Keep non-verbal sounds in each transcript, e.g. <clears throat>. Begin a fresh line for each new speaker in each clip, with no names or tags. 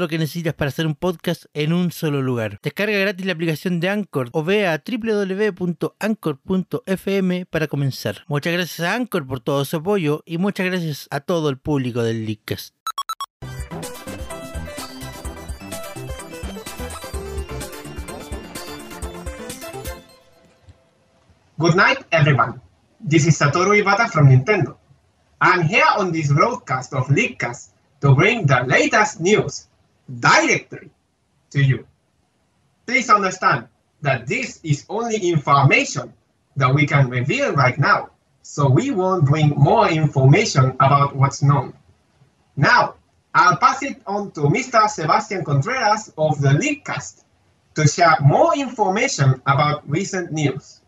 lo que necesitas para hacer un podcast en un solo lugar. Descarga gratis la aplicación de Anchor o ve a www.anchor.fm para comenzar. Muchas gracias a Anchor por todo su apoyo y muchas gracias a todo el público del Leadcast.
Good night, everyone. This is Satoru Iwata from Nintendo. I'm here on this broadcast of Leakcast to bring the latest news directly to you. Please understand that this is only information that we can reveal right now, so we won't bring more information about what's known. Now, I'll pass it on to Mr. Sebastian Contreras of the Leakcast to share more information about recent news.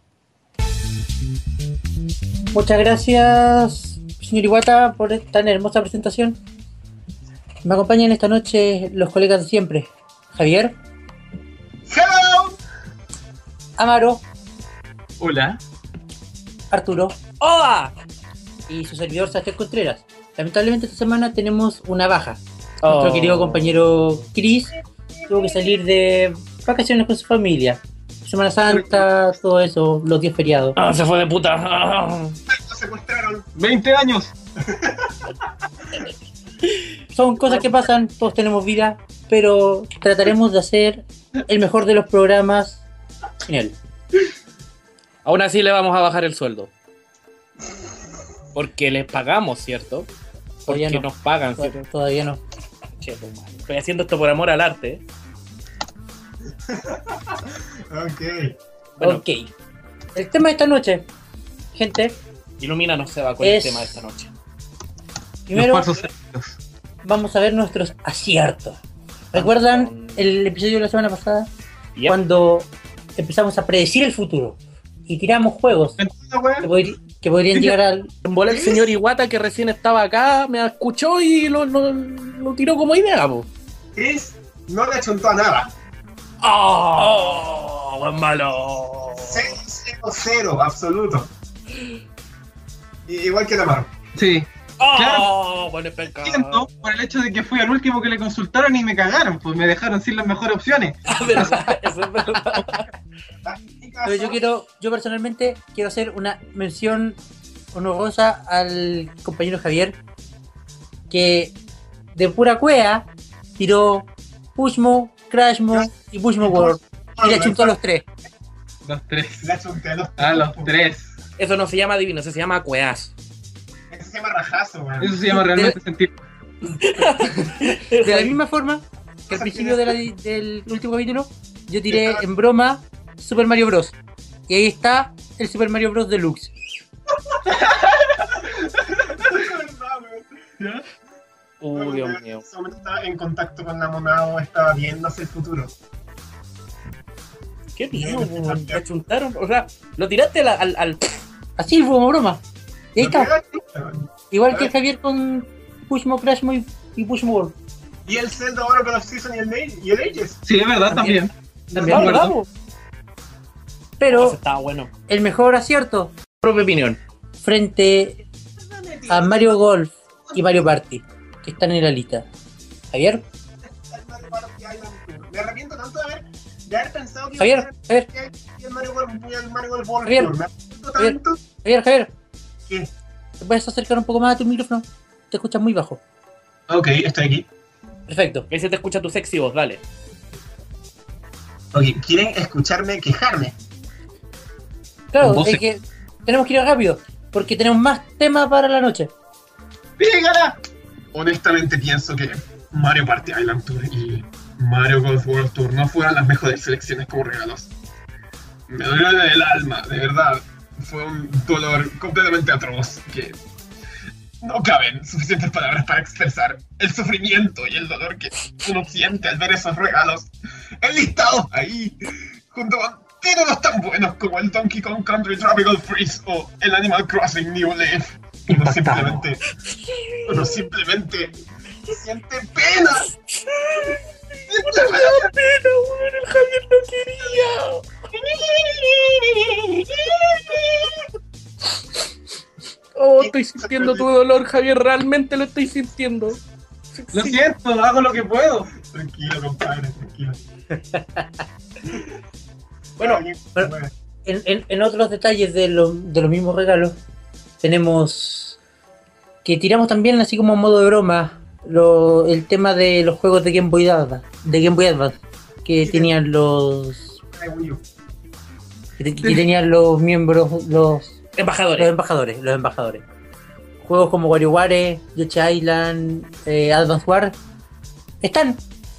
Muchas gracias, señor Iwata, por esta tan hermosa presentación. Me acompañan esta noche los colegas de siempre. Javier,
Hello!
Amaro,
Hola.
Arturo, ¡Oa! Y su servidor Sebastián Contreras. Lamentablemente esta semana tenemos una baja. Nuestro
Oh.
querido compañero Chris tuvo que salir de vacaciones con su familia. Semana Santa, todo eso, los días feriados.
Ah, se fue de puta. Ah.
Lo secuestraron.
20 años.
Son cosas que pasan, todos tenemos vida, pero trataremos de hacer el mejor de los programas sin él.
Aún así le vamos a bajar el sueldo. Porque les pagamos, ¿cierto? Porque
Todavía no.
nos pagan, ¿cierto?
Tod- Todavía no.
Che, tu madre. Estoy haciendo esto por amor al arte. ¿eh?
Okay.
Bueno,
Ok. El tema de esta noche, gente,
ilumínanos, Seba, con
Es-
el tema de esta noche.
primero
los falsos sentidos.
vamos a ver nuestros aciertos.
Ah,
¿Recuerdan el episodio de la semana pasada?
Yep.
Cuando empezamos a predecir el futuro y tiramos juegos
Entonces, güey,
que, podri- que podrían llegar al...
En bola el señor Iwata, que recién estaba acá, me escuchó y lo, lo- lo tiró como idea, po.
Chris no le achuntó a nada.
Ah. ¡Oh! ¡Buen malo!
0-0-0, absoluto. I- igual que la mano.
Sí.
¡Oh! ¡Buen espectáculo! <laughs>
Siento por el hecho de que fui al último que le consultaron y me cagaron, pues me dejaron sin las mejores opciones.
Ah, <laughs> verdad, eso es verdad.
Pero yo quiero, yo personalmente quiero hacer una mención honorosa al compañero Javier, que de pura cuea tiró Pushmo, Crashmo y Pushmo World. Y le achuntó a los tres.
Los tres.
Le achunté a los
A los tres.
Eso no se llama adivino, eso se llama cueas.
Ese se llama rajazo, weón.
Eso se llama realmente sentir.
De la misma forma que al principio de la- del último capítulo, yo tiré en broma Super Mario Bros. Y ahí está el Super Mario Bros. Deluxe.
Es verdad, weón.
Uy, Uh, Dios mío.
En ese momento estaba en contacto con la monado, estaba viendo hacia el futuro.
Qué miedo, weón. Te achuntaron. O sea, lo tiraste a la- al. al-
Así fue como broma. Y ahí está.
Lo
Igual que Javier con Pushmo, Crashmo y, y Pushmo World.
Y el Zelda ahora con los Season y el, Age- y el Ages.
Sí, es verdad también.
También,
es verdad.
Bravo. Eso
Pero
estaba bueno.
el mejor acierto
Propia opinión.
frente a Mario Golf Ah, y Mario Party, que están en la lista. Javier,
Al Mario Party Island Tour. Me arrepiento tanto de haber, de haber pensado que
Javier, Javier,
el Mario World, el Mario World World
Javier.
Tour. Me arrepiento
Javier.
tanto
Javier, Javier,
que...
¿te puedes acercar un poco más a tu micrófono? Te escuchas muy bajo.
Ok, estoy aquí.
Perfecto.
Ahí se te escucha tu sexy voz, dale.
Ok, quieren escucharme quejarme.
Claro,
Con voces.
es que tenemos que ir rápido, porque tenemos más temas para la noche.
¡Dígala!
Honestamente pienso que Mario Party Island Tour y Mario Golf World Tour no fueron las mejores selecciones como regalos.
Sí.
Me dolió en el alma, de verdad. Fue un dolor completamente atroz que no caben suficientes palabras para expresar el sufrimiento y el dolor que uno siente al ver esos regalos enlistados ahí, junto con títulos tan buenos como el Donkey Kong Country Tropical Freeze o el Animal Crossing New Leaf. Uno
Impactado.
simplemente, uno simplemente siente pena. Siente pena.
el Javier no quería. Oh, estoy sintiendo tu dolor, Javier. Realmente lo estoy sintiendo.
Lo siento, hago lo que puedo.
Tranquilo, compadre, tranquilo.
Bueno, pero- En, en- en otros detalles de, lo- de los mismos regalos, tenemos que tiramos también, así como en modo de broma, lo- el tema de los juegos de Game Boy Advance, de Game Boy Advance que tenían los
Ay, Wii U.
que, te- que tenían los miembros, los, los
Embajadores.
embajadores, los embajadores. Juegos como WarioWare, Yoshi Island, eh, Advance War, están,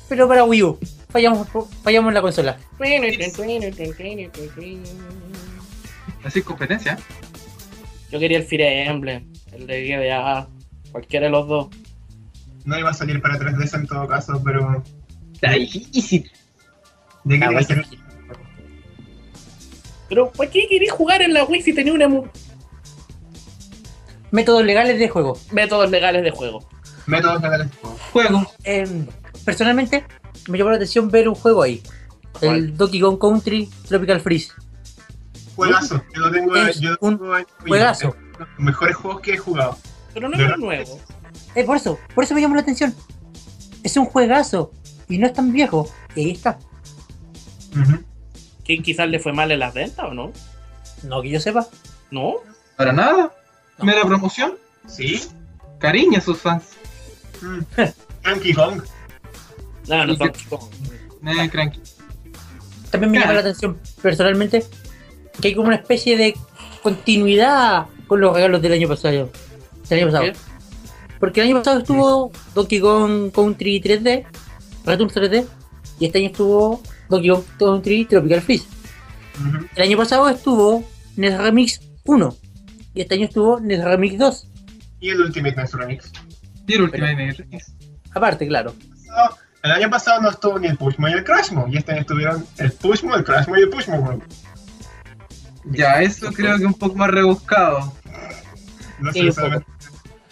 pero para Wii U. Fallamos, fallamos en la consola.
Así es competencia.
Yo quería el Fire Emblem, el de GBA, cualquiera de los dos.
No iba a salir para 3DS en todo caso, pero. ¿De qué
Ah,
iba a
bueno.
ser?
Pero, ¿por qué querés jugar en la Wii si tenía una mu-
Métodos legales de juego.
métodos legales de juego?
Métodos legales.
Juego.
Eh, personalmente, me llamó la atención ver un juego ahí. El Donkey Kong Country Tropical Freeze.
Juegazo. Yo lo tengo,
Es
yo lo
un
tengo en Wii U.
Juegazo.
Es uno de los Mejores juegos que he jugado.
Pero no
¿De
es
verdad?
nuevo.
Eh, por eso, por eso me llamó la atención. Es un juegazo. Y no es tan viejo. Y ahí está.
Ujú.
Que quizás le fue mal en las ventas o no.
No que yo sepa.
No,
Para nada. Mera promoción.
Sí.
Cariño a sus fans. Eh,
Mm. Donkey Kong.
no, no
Y
son.
Eh, cranky.
También me llamó la atención, personalmente, que hay como una especie de continuidad con los regalos del año pasado. Del año pasado.
¿Qué?
Porque el año pasado estuvo Donkey Kong Country 3D, Return 3D, y este año estuvo Donkey Kong Country Tropical Freeze.
Ujú.
El año pasado estuvo NES Remix 1 y este año estuvo NES Remix 2.
Y el Ultimate Nest Remix.
Y el Ultimate Remix.
Aparte, claro.
pasado- el año pasado no estuvo ni el Pushmo y el Crashmo. Y este año estuvieron el Pushmo, el Crashmo y el Pushmo. weón.
Ya, eso creo que un poco más rebuscado.
No
Sí,
sé,
un
solamente-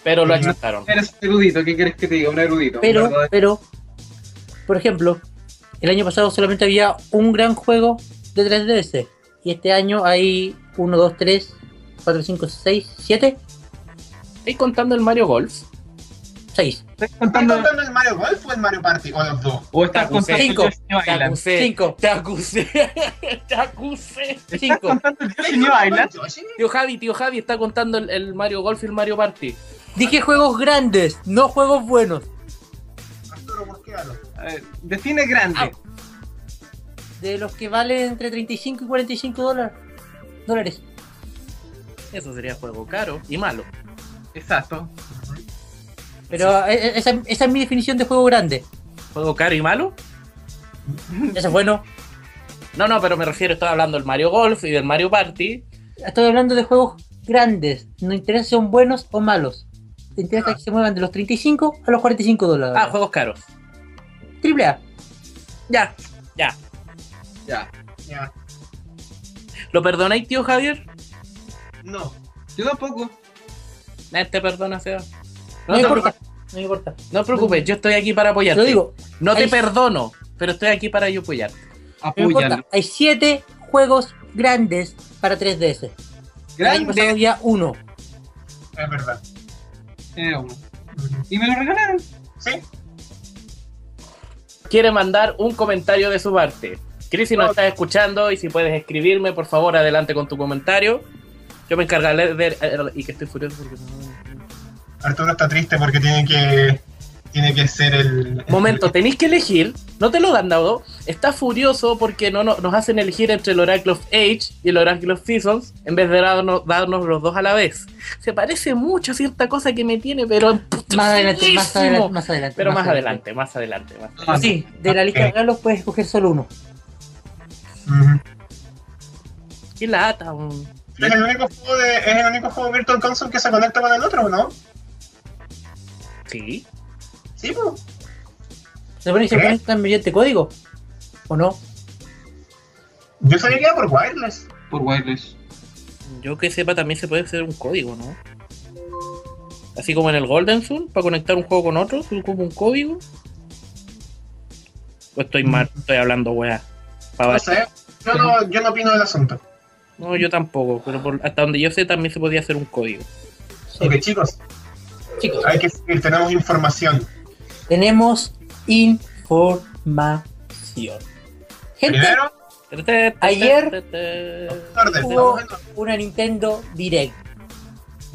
pero lo achacaron.
Eres erudito, ¿qué quieres que te diga? Un erudito.
Pero,
¿verdad?
pero, por ejemplo, el año pasado solamente había un gran juego de 3DS y este año hay 1, 2, 3, 4, 5, 6, 7,
¿Estáis contando el Mario Golf?
6,
¿Estás
¿Estás
Ah,
contando?
contando el Mario Golf o el Mario Party? O los dos.
¿O estás
Taco
contando el
cinco.
Yoshi New
Te
Island?
acusé.
5,
Te acusé. <laughs> Te acusé.
5.
¿Estás contando el Yoshi New Island?
Yoshi?
Tío Javi, tío Javi está contando el, el Mario Golf y el Mario Party.
Dije juegos grandes, no juegos buenos.
Arturo, búsquedalo.
A ver, define grande.
Ah.
De los que valen entre 35 y 45 dólares. dólares.
Eso sería juego caro y malo.
Exacto.
Pero eh, eh, esa, esa es mi definición de juego grande.
¿Juego caro y malo?
Eso es bueno.
No, no, pero me refiero, estaba hablando del Mario Golf y del Mario Party.
Estoy hablando de juegos grandes. No interesa si son buenos o malos. Te interesa que se muevan de los 35 a los 45 dólares.
Ah, juegos caros.
Triple A.
Ya, ya.
Ya.
Ya.
¿Lo perdonáis, tío Javier?
No.
Yo tampoco.
Nadie te perdona, Seba.
No,
No,
me
te,
importa. No me importa.
no te preocupes, yo estoy aquí para
Te
apoyarte.
lo digo.
No te
Ahí-
perdono, pero estoy aquí para yo apoyarte.
No me importa.
Apóyalo.
Hay 7 juegos grandes para 3DS. El año pasado
Grande.
había uno.
Es verdad.
Eh, uno. Y me lo regalaron.
Sí.
Quiere mandar un comentario de su parte. Chris, si nos estás escuchando y si puedes escribirme, por favor, adelante con tu comentario. Yo me encargaré de... Y que estoy furioso porque no...
Arturo está triste porque tiene que. Tiene que ser el.
Momento, tenéis que elegir, no te lo dan dado, está furioso porque no, no- nos hacen elegir entre el Oracle of Age y el Oracle of Seasons en vez de darnos, darnos los dos a la vez. Se parece mucho a cierta cosa que me tiene, pero...
Más adelante, más adelante,
¡putísimo!
más adelante.
Pero más adelante, más adelante, más adelante.
Ah,
Sí, de la lista de regalos puedes escoger solo uno.
Ujú.
Qué lata, weón.
Es el único juego de, es el único juego Virtual Console que se conecta con el otro, ¿no?
Sí.
Sí, pues.
Se supone que se
¿Qué?
conectan mediante código. ¿O no?
Yo sabía que era por wireless.
Por wireless.
Yo que sepa, también se puede hacer un código, ¿no? Así como en el Golden Sun, para conectar un juego con otro, se ocupa un código. O estoy mal,
Mm.
estoy hablando, weá. Pa'
No
Ah,
variar.
sé. Yo no, yo no opino del asunto.
No, yo tampoco, pero por- hasta donde yo sé también se podía hacer un código.
Sí.
Ok, chicos,
Chicos,
hay que seguir, tenemos información.
tenemos información. Gente,
Primero,
Ayer-
orden,
Hubo-
estamos en orden.
una Nintendo Direct.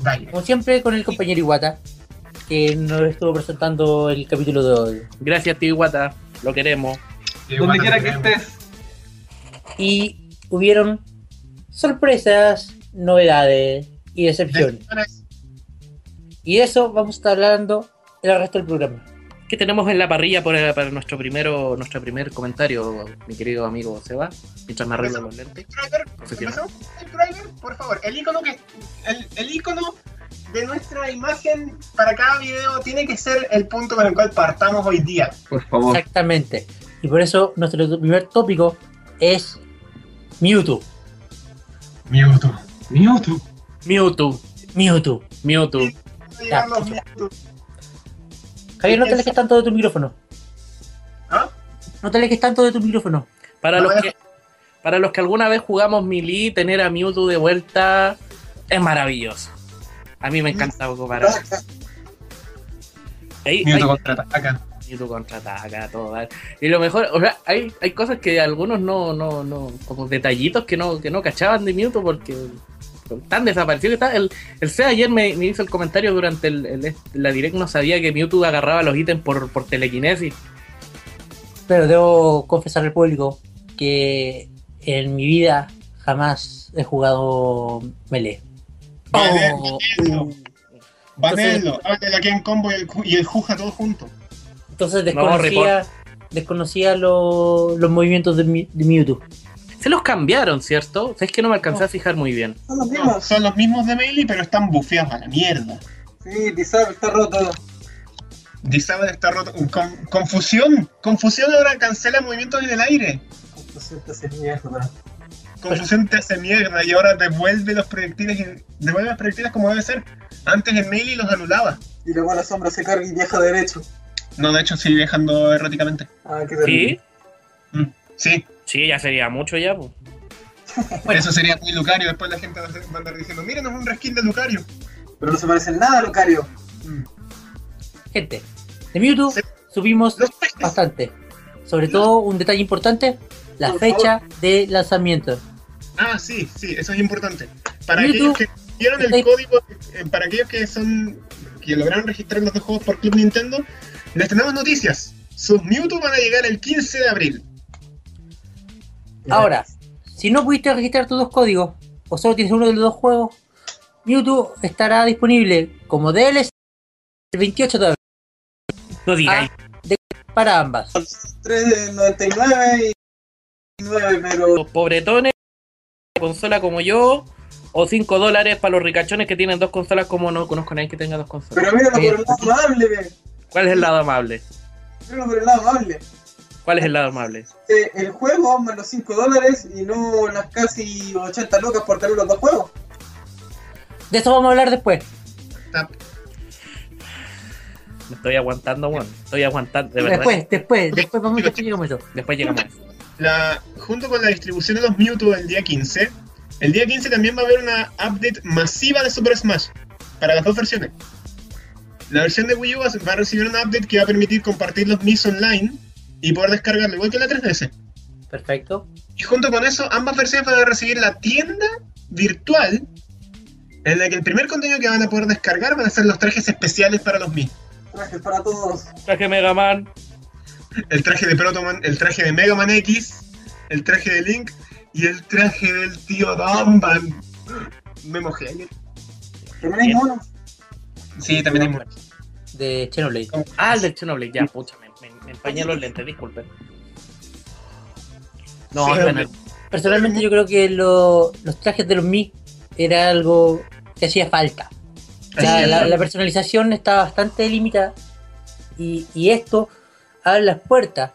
Dale.
Como siempre, con el compañero Iwata, que nos estuvo presentando el capítulo de hoy.
Gracias, Tiwata. Lo queremos.
Donde quiera que
esté
estés.
Y hubieron sorpresas, novedades y decepciones. Y de eso vamos a estar hablando el resto del programa.
¿Qué tenemos en la parrilla por- para nuestro primero, nuestro primer comentario, mi querido amigo Seba? Mientras me arreglo los lentes. Profesional.
Empezamos con Type Driver, por favor. El icono que el, el icono de nuestra imagen para cada video tiene que ser el punto con el cual partamos hoy día.
Por favor.
Exactamente. Y por eso nuestro primer tópico es Mewtwo.
Mewtwo.
Mewtwo.
Mewtwo.
Mewtwo.
Mewtwo.
Llegan los Mewtwo.
Javier, no te alejes tanto de tu micrófono.
¿Ah?
No te alejes tanto de tu micrófono.
Para
No
los
me
que para los que alguna vez jugamos Melee, tener a Mewtwo de vuelta es maravilloso. A mí me encanta comparar. Ahí- ahí-
Mewtwo
Acá.
Mewtwo contraataca, todo. ¿vale? Y lo mejor, o sea, hay, hay cosas que algunos no, no, no, como detallitos que no, que no cachaban de Mewtwo porque tan desaparecido que está. El, el C ayer me, me hizo el comentario durante el, el- la direct, no sabía que Mewtwo agarraba los ítems por, por telequinesis.
Pero debo confesar al público que en mi vida jamás he jugado Melee.
Oh. Banelo, banelo. Banelo,
Entonces-
háganle aquí en combo y el, ju- y el juja todo junto.
Entonces
No,
desconocía, desconocía lo- los movimientos de, Mi- de Mewtwo.
Se los cambiaron, ¿cierto? es que no me alcancé a fijar muy bien.
Son los
No,
mismos.
son los mismos de Melee, pero están bufeados a la mierda.
Sí, Dissolve está roto.
Disable está roto. Con- confusión. Confusión ahora cancela movimientos en el aire.
Entonces te hace mierda.
Confusión te hace mierda y ahora devuelve los proyectiles en- devuelve los proyectiles como debe ser. Antes en Melee los anulaba.
Y luego la sombra se carga y viaja derecho.
No, de hecho sigue viajando erráticamente.
Ah, qué
Sí,
terrible.
Sí,
sí, ya sería mucho ya. po.
eso sería muy Lucario. Después la gente va a ser- va a andar diciendo, mírenos un reskin de Lucario.
Pero no se parece en nada a Lucario.
Mm.
Gente, de Mewtwo
Sí.
subimos
Los-
bastante. Sobre todo un detalle importante, la
Por
fecha de lanzamiento.
Ah, sí, sí, eso es importante. Para
YouTube.
aquellos que vieron el
Está ahí.
código, eh, para aquellos que son que lograron registrar los dos juegos por Club Nintendo, les tenemos noticias. Sus Mewtwo van a llegar el 15 de abril.
Ahora, si no pudiste registrar tus dos códigos o solo tienes uno de los dos juegos, Mewtwo estará disponible como DLC el 28 de abril
No digáis.
para ambas.
3 de 99 y 9, pero
Los pobretones, consola como yo, o 5 dólares para los ricachones que tienen dos consolas, como no conozco a nadie que tenga dos consolas.
pero míralo por el lado amable, ve.
¿Cuál es el lado amable?
Míralo por el lado amable.
¿Cuál es el lado amable?
Eh, el juego más los 5 dólares y no las casi 80 lucas por tener los dos juegos.
De eso vamos a hablar después.
Me estoy aguantando, weón. Estoy aguantando, de verdad.
Después,
<laughs>
después, después vamos a llegar a eso.
Después llegamos a eso.
La, junto con la distribución de los Mewtwo del día 15, el día 15 también va a haber una update masiva de Super Smash para las dos versiones. La versión de Wii U va a- va a recibir una update que va a permitir compartir los Mis online y poder descargarlo igual que la 3DS.
Perfecto.
Y junto con eso, ambas versiones van a recibir la tienda virtual en la que el primer contenido que van a poder descargar van a ser los trajes especiales para los Mi.
Trajes para todos.
<laughs> Traje Mega Man.
El traje de Protoman, el traje de Mega Man X, el traje de Link y el traje del tío Damban. Me mojé ayer.
También hay
Bien.
mono.
Sí, también hay mucho.
De Xenoblade.
Ah, el del Xenoblade, ya, pucha, me, me, me empañé los lentes, disculpen. No,
Sí,
iba en el,
Personalmente yo creo que lo- los trajes de los Mi era algo que hacía falta. O sea,
Sí.
la, la personalización está bastante limitada y, y esto abre las puertas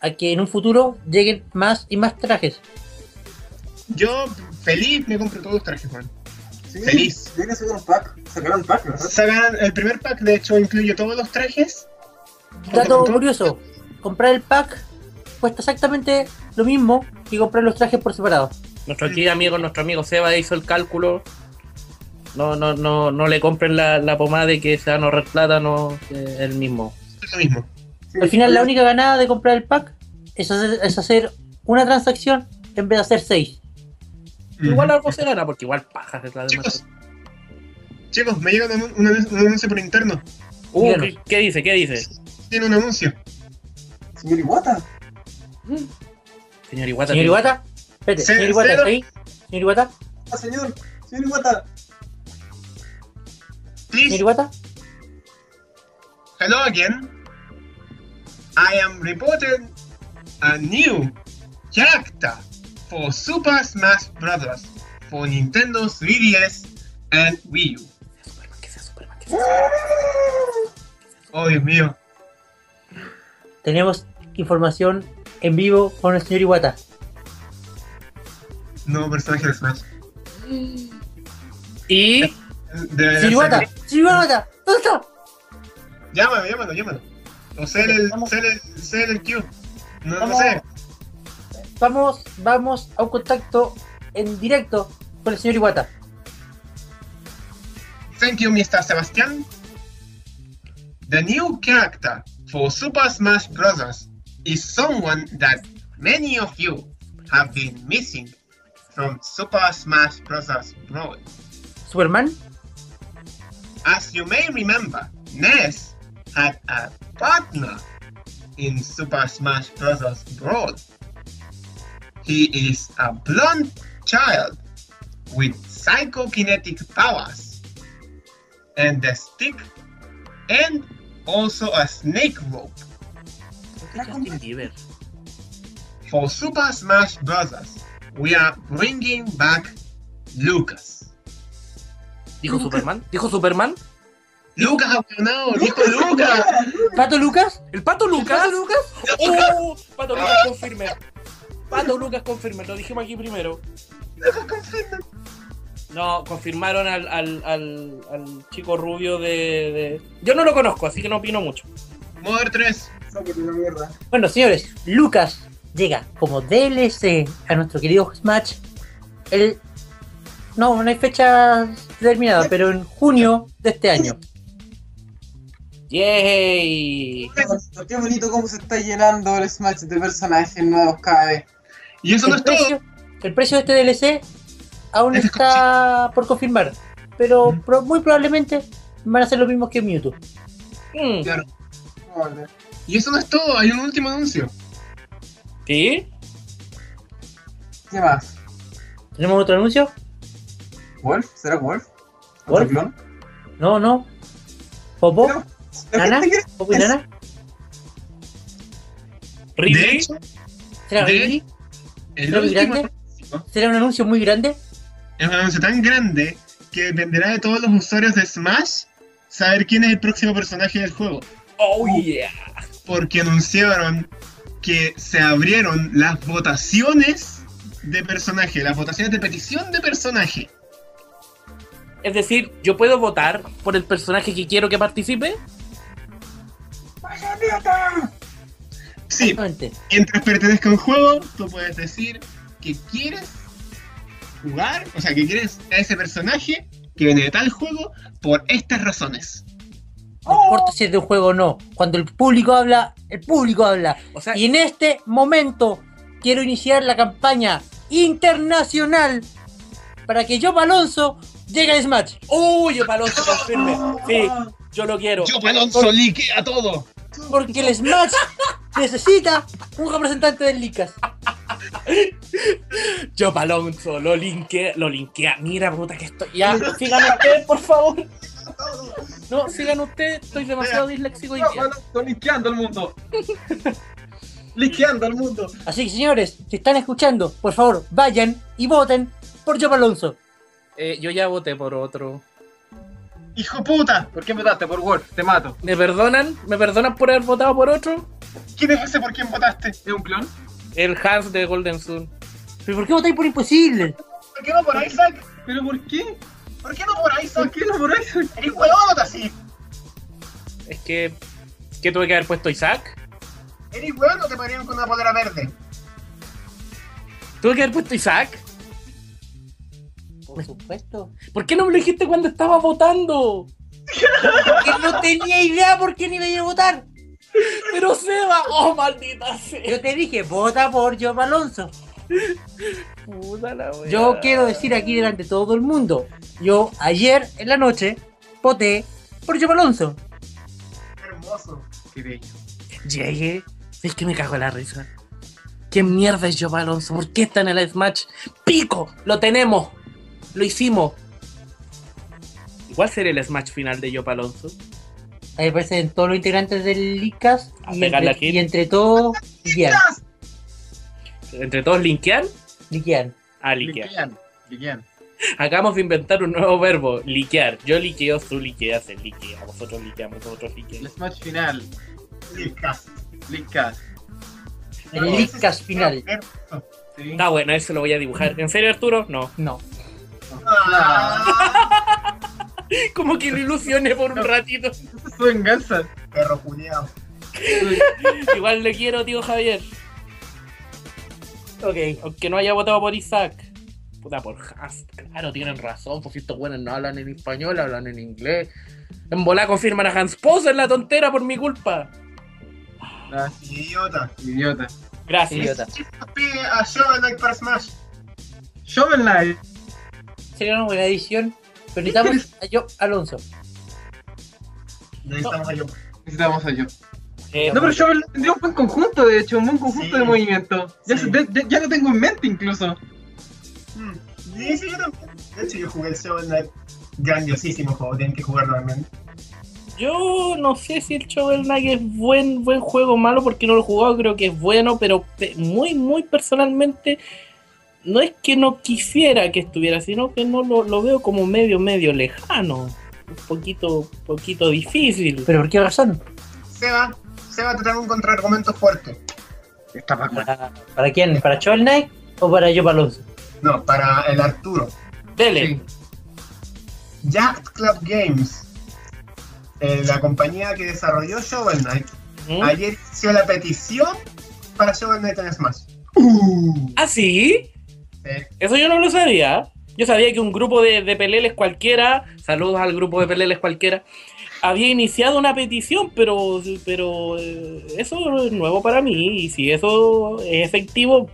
a que en un futuro lleguen más y más trajes.
Yo feliz me compré todos los trajes, Juan.
Sí,
Feliz.
Tiene que ser un pack. Sacaron pack, ¿verdad?
Sacan el primer pack, de hecho, incluye todos los trajes.
Dato curioso, comprar el pack cuesta exactamente lo mismo que comprar los trajes por separado.
Nuestro aquí amigo, nuestro amigo Seba hizo el cálculo. No, no, no, no le compren la, la pomada de que se van a ahorrar plata, no, que el mismo.
Es lo mismo.
Sí,
Al final la
sí.
única ganada de comprar el pack es hacer, es hacer una transacción en vez de hacer seis.
Igual algo se gana, porque igual pajas es la demás.
Chicos. Chicos, me llega un, anun- un anun- un anuncio por interno.
Uh,
Díganos.
¿qué, qué dice? ¿Qué dice?
Tiene un anuncio.
Señor Iwata.
Señor Iguata.
Señor
tiene-
Iguata, espérate,
Sí,
señor Iguata,
cero.
¿está ahí? Señor Iguata,
Ah, señor. Señor Iwata.
señor
Please,
Iguata,
hello again. I am reporting a new character for Super Smash Bros. for Nintendo 3DS and Wii U.
Superman, que sea Superman, que sea
Oh, Dios mío.
tenemos información en vivo con el señor Iguata.
Nuevo personaje de Smash.
Superman. Y
De-
Señor Iguata, señor Iguata, ¿dónde está?
Llámalo, llámalo, llámalo. O ser el,
Vamos.
ser el, ser el Q. No, no
Vamos.
sé.
Vamos, vamos a un contacto en directo con el señor Iguata.
Thank you, Mr. Sebastian. The new character for Super Smash Bros. is someone that many of you have been missing from Super Smash Bros. Brawl.
Superman,
As you may remember, Ness had a partner in Super Smash Bros. Brawl. He is a blonde child with psychokinetic powers and a stick and also a snake rope.
Justin Bieber.
For Super Smash Bros., we are bringing back Lucas.
¿Dijo Superman? ¿Dijo Superman?
Lucas, no, dijo Lucas.
¿Pato Lucas?
¿El pato Lucas?
¿Pato Lucas?
¡Oh! Pato Lucas confirme. Pato Lucas confirme, lo dijimos aquí primero. No, confirmaron al, al, al, al chico rubio de, de- Yo no lo conozco, así que no opino mucho.
Mother 3.
Sáquete la mierda.
Bueno, señores, Lucas llega como DLC a nuestro querido Smash. El... No, no hay fecha determinada, pero en junio de este año.
¡Yay!
Qué bonito cómo se está llenando el Smash de personajes nuevos cada vez.
Y eso no
El
es todo.
precio, el precio de este DLC aún
Es Mm.
está por confirmar, pero pro- muy probablemente van a ser los mismos que Mewtwo.
Mm,
Vale.
Y eso no es todo, hay un último anuncio.
¿Sí?
¿Qué más?
¿Tenemos otro anuncio?
¿Wolf? ¿Será Wolf? ¿Otro
¿Wolf?
clon?
No, no. Popo,
Pero- La
Nana,
gente quiere-
Popo y Nana.
De
¿Ridley?
hecho,
¿Será,
de-
Ridley?
el
¿Será muy
último
grande?
anuncio
¿Será un anuncio muy grande?
es un anuncio tan grande que dependerá de todos los usuarios de Smash saber quién es el próximo personaje del juego.
¡Oh, yeah!
Porque anunciaron que se abrieron las votaciones de personaje, las votaciones de petición de personaje.
Es decir, ¿yo puedo votar por el personaje que quiero que participe?
Sí,
Exactamente.
mientras pertenezca a un juego, tú puedes decir que quieres jugar, o sea, que quieres a ese personaje que viene de tal juego por estas razones.
No importa si es de un juego o no. Cuando el público habla, el público habla.
O sea,
Y en este momento quiero iniciar la campaña internacional para que yo, Alonso, llegue a Smash.
¡Uy, el Alonso confirme! Sí, yo lo quiero.
Yo, Alonso, lique a todo.
Porque el Smash necesita un representante del Licas.
Yo Alonso, lo linké, lo linkea. Mira, puta, que estoy. Ya, sigan ustedes, por favor. No, sigan ustedes, estoy demasiado disléxico y
Estoy linkeando el mundo.
<laughs> liqueando al mundo.
Así que señores, si están escuchando, por favor, vayan y voten por Joe Alonso.
Eh, yo ya voté por otro.
¡Hijo puta!
¿Por qué votaste por Wolf? Te mato.
¿Me perdonan? ¿Me perdonan por haber votado por otro?
¿Quién es ese por quién votaste?
¿Es un clon?
El Hans de Golden Sun.
¿Pero por qué votáis por Imposible?
¿Por qué no por Isaac?
¿Pero por qué?
¿Por qué no por
¿Por
Isaac?
qué no por eso?
¡Eres huevón así!
Es que. ¿Qué tuve que haber puesto Isaac?
¿Eres huevón o te ponían con una polera verde?
¿Tuve que haber puesto Isaac?
Por supuesto.
¿Por qué no me lo dijiste cuando estaba votando?
Porque no tenía idea por quién iba a ir a votar.
Pero Seba, oh maldita sea.
Yo te dije, vota por Joe Alonso.
Puta la wea.
Yo quiero decir aquí delante de todo el mundo, yo ayer en la noche voté por Joe Alonso.
Hermoso.
Qué bello.
Llegué. Es que me cago en la risa. ¿Qué mierda es Joe Alonso? ¿Por qué está en el Smash? ¡Pico! ¡Lo tenemos! ¡Lo hicimos! Igual será el Smash final de Joe Alonso.
Ahí aparecen todos los integrantes del ICAS
A
y
pegarle
entre,
aquí.
y entre todos liquean,
¡Chas!
Entre todos, linkean.
liquean.
Ah, liquear.
Liquean. Liquean.
Acabamos de inventar un nuevo verbo, liquear. Yo liqueo, tú liqueas, él liquea. Vosotros liqueamos, vosotros
El
liqueamos.
Smash final.
Licas.
Lickas.
El ICAS final.
Sí.
Está bueno, eso lo voy a dibujar. ¿En serio, Arturo? No.
No.
Ah,
<laughs> Como que lo ilusioné por un ratito.
Su venganza.
Perro culiao.
Igual le quiero, tío Javier.
Ok.
Aunque no haya votado por Isaac. Puta, por Hans. Claro, tienen razón. Por estos buenos no hablan en español, hablan en inglés. En volá confirman a Hans Pozo en la tontera por mi culpa.
Ah,
Idiota.
idiota.
Gracias.
Idiota.
Pide a Shovel Knight para Smash.
Shovel Knight.
Sería una buena edición, pero necesitamos a Joe Alonso.
Necesitamos ayuda.
Necesitamos a yo.
Eh,
No, pero Shovel Knight tendría un buen conjunto, de hecho, un buen conjunto
Sí.
de movimiento. Ya,
Sí.
se- de- de- ya lo tengo en mente incluso.
Mm. Sí, sí, yo también. De hecho, yo jugué el Shovel Knight. Grandiosísimo juego, tienen que jugarlo realmente.
Yo no sé si el Shovel Knight es buen, buen juego o malo porque no lo he jugado, creo que es bueno, pero pe- muy, muy personalmente no es que no quisiera que estuviera, sino que no lo, lo veo como medio, medio lejano. Un poquito, poquito difícil.
¿Pero por qué razón?
Seba, Seba, te tengo un contraargumento fuerte.
Está Pac-Man.
¿Para, para quién? ¿Para Joe Knight o para Joe Alonso?
No, para el Arturo.
Dele.
Sí.
Jack Club Games, eh, la compañía que desarrolló Shovel Knight,
¿Mm?
ayer hizo la petición para Shovel Knight en Smash.
¿Ah, sí?
Eh,
Eso yo no lo sabía. Yo sabía que un grupo de, de peleles cualquiera, saludos al grupo de peleles cualquiera, había iniciado una petición, pero, pero eh, eso es nuevo para mí. Y si eso es efectivo,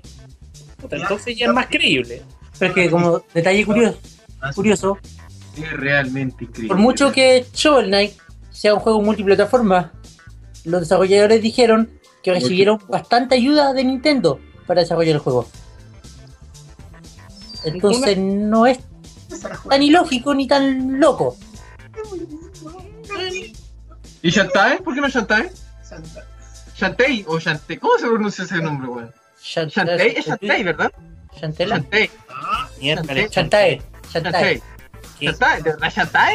puta, entonces ya es más creíble.
Pero es que como detalle curioso,
Ah,
así.
curioso
Es realmente increíble.
Por mucho que Shovel Knight sea un juego multiplataforma, los desarrolladores dijeron que recibieron bastante ayuda de Nintendo para desarrollar el juego. Entonces no es tan ilógico ni tan loco.
¿Y Shantae? ¿Por qué no Shantae? Shantae o Shantae. ¿Cómo se pronuncia ese nombre, weón? Shantae es Shantae, ¿verdad?
Chantela.
Shantae.
Ah,
Miércoles,
Chantae. Chantae.
Shantae. Shantae. ¿De verdad Shantae?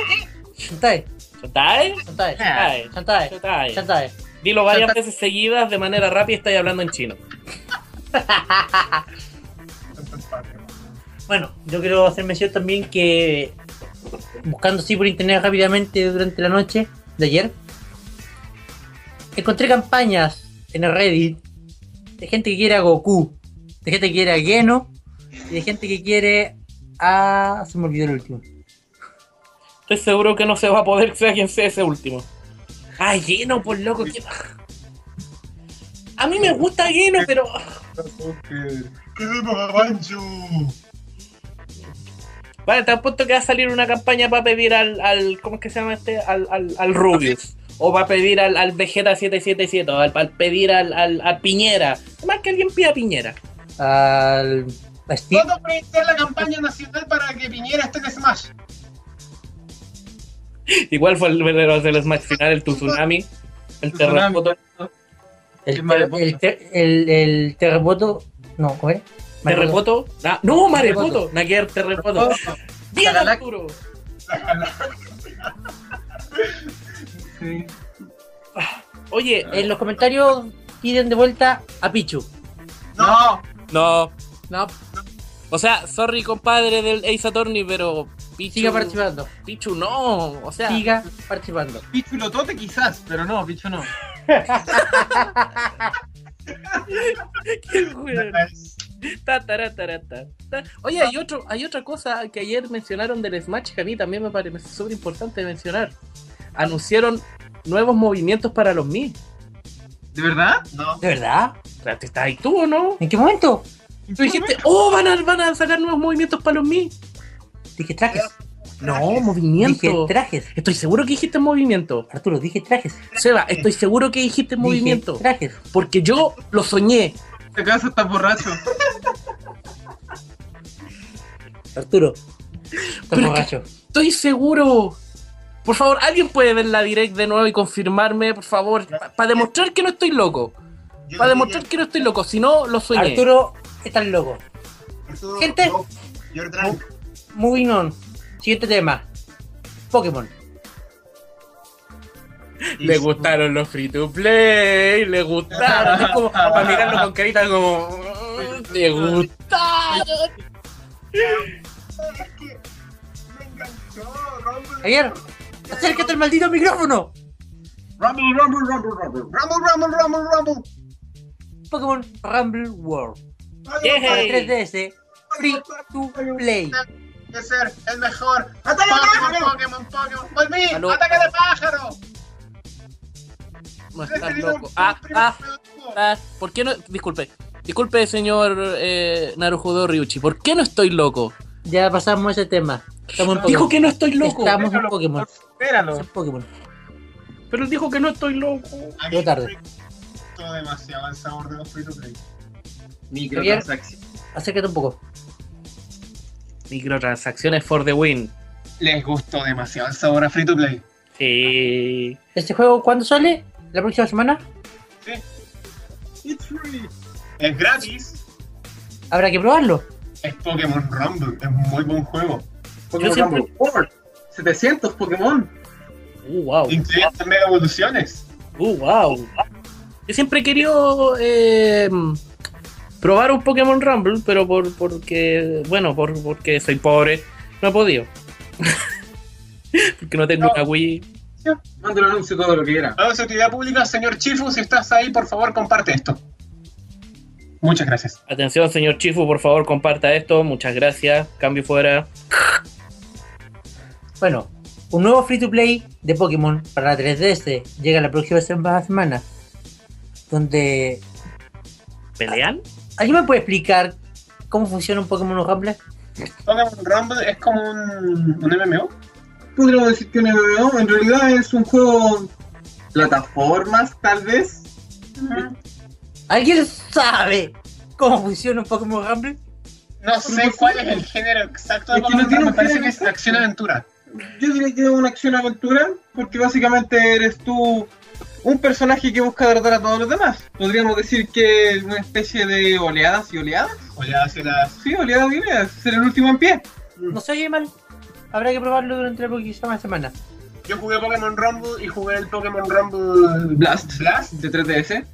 Chantae,
Chantae. Chantae.
chantae,
Chantae.
chantae.
Chantae.
Dilo varias veces seguidas de manera rápida y estáis hablando en chino.
Bueno, yo quiero hacer mención también que buscando así por internet rápidamente durante la noche de ayer, encontré campañas en el Reddit de gente que quiere a Goku, de gente que quiere a Geno y de gente que quiere a... Se me olvidó el último.
Estoy seguro que no se va a poder, <laughs> sea quien sea ese último. Ay, lleno, por loco. qué- A mí me gusta lleno, pero.
¡Queremos a Banjo!
Vale, te apuesto que va a salir una campaña para pedir al, al. ¿Cómo es que se llama este? Al, al, al Rubius. O va a pedir al, al Vegeta 777. O al, al pedir al, al, a Piñera. Más que alguien pida a Piñera.
Al... A Steve.
¿Cuándo presentar la campaña nacional para que Piñera esté en Smash?
Oh,
Igual fue el verdadero del Smash final, el Tsunami. El terremoto.
El, ter- el, ter- el- el terremoto. No, ¿cómo es?
¿Terremoto? Na- no, maremoto. Naguer, terremoto. Bien,
Cagalac.
Arturo.
Sí.
Oye,
En los comentarios tiren de vuelta a Pichu.
No,
no.
No,
O sea, sorry, compadre del Ace Attorney, pero. Pichu,
siga participando.
Pichu, no. O sea,
Siga participando.
Pichu y Lotote quizás, pero no, Pichu no.
qué <laughs> weón. Ta, tara, tara, ta, ta. Oye,
Ah.
hay, otro, hay otra cosa que ayer mencionaron del Smash que a mí también me parece súper importante mencionar. Anunciaron nuevos movimientos para los Mi.
¿De verdad?
No.
¿De verdad?
¿Estás ahí tú o no?
¿En qué momento?
Tú dijiste, oh, van a, van a sacar nuevos movimientos para los Mi.
Dije trajes.
No,
Dije
movimiento.
trajes.
Estoy seguro que dijiste movimiento.
Arturo, dije trajes.
Seba, estoy seguro que dijiste
Dije
movimiento.
trajes.
Porque yo lo soñé.
Te casa está borracho.
Arturo. Estás
Pero es
borracho.
Estoy seguro. Por favor, alguien puede ver la direct de nuevo y confirmarme, por favor, para demostrar que no estoy loco.
Yo lo
Para demostrar que no estoy loco, si no, lo soñé.
Arturo, estás loco.
diría, Arturo,
Gente.
no, You're drunk.
Moving on. Siguiente tema. Pokémon.
Le gustaron los free to play, le gustaron. Es como para mirarlo con carita como. "Mm, Le gustaron.
Es que me enganchó, Rumble.
Javier, acércate al maldito micrófono.
Rumble, rumble, rumble, rumble.
Rumble, Rumble, Rumble, Rumble.
Pokémon Rumble World.
Yeah.
Para
Hey.
3DS. Free to play.
que ser el mejor. ¡Ataque de pájaro! Pokémon, Pokémon, volví.
Aló.
¡Ataque de pájaro!
No estás loco. Ah, ah, ah. ¿Por qué no.? Disculpe. Disculpe, señor eh, Narujodo Ryuchi. ¿Por qué no estoy loco?
Ya pasamos ese tema. Estamos en
Dijo
Pokémon.
que no estoy loco.
Estamos en
Déjalo,
Pokémon.
Espéralo.
Estamos en Pokémon.
Pero él dijo que no estoy loco.
Aquí
Llegó tarde.
Todo demasiado el sabor de los free to play.
Microtransacción.
Acércate un poco.
Microtransacciones for the win.
Les gustó demasiado el sabor a free to play.
Sí.
¿Este juego cuándo sale? ¿La próxima semana?
It's free.
Es gratis.
Habrá que probarlo.
Es Pokémon Rumble. Es muy buen juego.
Yo
Pokémon
siempre-
Rumble World. 700 Pokémon.
Uh, wow.
Incluye también evoluciones.
Uh, wow. Yo siempre he querido eh, probar un Pokémon Rumble, pero por, porque, bueno, por, porque soy pobre, no he podido. <laughs> porque no tengo
No.
una Wii.
Ya, Mando el anuncio todo lo que quiera.
A su utilidad pública, señor Chifu, si estás ahí, por favor, comparte esto. Muchas gracias.
Atención, señor Chifu, por favor, comparta esto. Muchas gracias. Cambio fuera.
Bueno, un nuevo free to play de Pokémon para la 3DS llega la próxima sema- semana. Donde.
¿Pelean?
¿Alguien me puede explicar cómo funciona un Pokémon Rumble?
Pokémon Rumble es como un, un MMO.
Podríamos decir que un MMO en realidad es un juego plataformas, tal vez.
¿Alguien sabe cómo funciona un Pokémon Rumble?
No sé cuál es el género exacto de
Es que
Pokémon
no
Rumble,
tiene un
me parece
género
que es acción-aventura.
Yo diría que es una acción aventura, porque básicamente eres tú un personaje que busca derrotar a todos los demás. Podríamos decir que es una especie de oleadas y oleadas.
O ya hace las
Sí, oleadas y oleadas. Ser el último en pie.
No se oye mal. Habrá que probarlo durante la próxima semana.
Yo jugué Pokémon Rumble y jugué el Pokémon Rumble
Blast.
Blast.
De 3DS.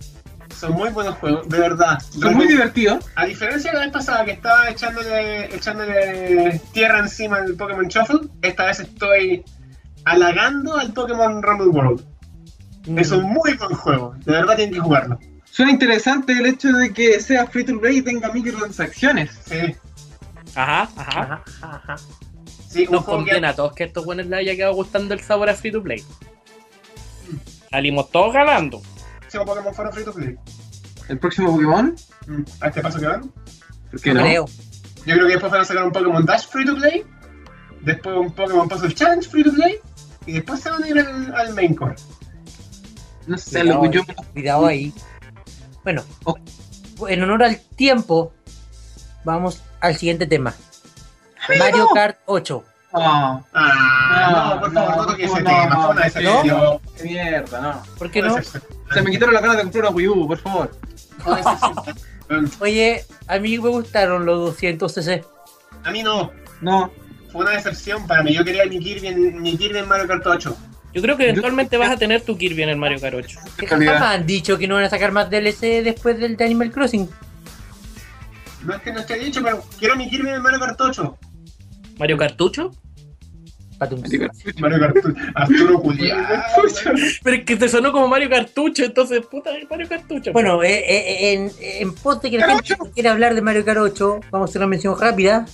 Son muy buenos juegos, de verdad.
Son muy divertidos.
A diferencia de la vez pasada que estaba echándole, echándole tierra encima al Pokémon Shuffle, esta vez estoy halagando al Pokémon Rumble World.
Mm.
Es
Mm,
un muy buen juego, de verdad tienen que jugarlo.
Suena interesante el hecho de que sea free to play y tenga microtransacciones.
Sí,
Ajá, ajá.
Ajá, ajá.
sí, un
Nos
juego que-
condena a todos que a estos buenos les haya quedado gustando el sabor a free to play. Salimos todos ganando.
si los Pokémon fueron free to play.
El próximo Pokémon.
Mm, A este paso que van.
¿Por qué no?
Creo.
Yo creo que después van a sacar un Pokémon Dash free to play, después un Pokémon Puzzle Challenge free to play, y después se van a ir al, al main core.
No sé, lo que yo me
Cuidado ahí. Bueno,
Oh.
en honor al tiempo, vamos al siguiente tema. Mario Kart 8.
No,
Ah,
No,
no, por favor,
no,
no toques ese
no,
tema.
no,
fue una
no,
decepción.
qué mierda, no.
¿Por qué no?
Una decepción.
Se me quitaron las ganas de comprar una Wii U, por favor.
Oye, a mí me gustaron los 200 cc.
A mí no.
No,
Fue una decepción para mí. Yo quería mi Kirby en, mi Kirby en Mario Kart 8.
Yo creo que eventualmente vas a tener tu Kirby en el Mario Kart 8.
en
Jamás
realidad.
han dicho que no van a sacar más DLC después del de Animal Crossing.
No es que no esté dicho, pero quiero mi Kirby en Mario Kart 8.
¿Mario Cartucho?
Patum.
Mario Kart Arturo Julián.
Pero es que te sonó como Mario Cartucho, entonces, puta, Mario Cartucho.
Bueno, eh, eh, en, en pos de que la gente no quiera hablar de Mario Kart 8, vamos a hacer una mención rápida.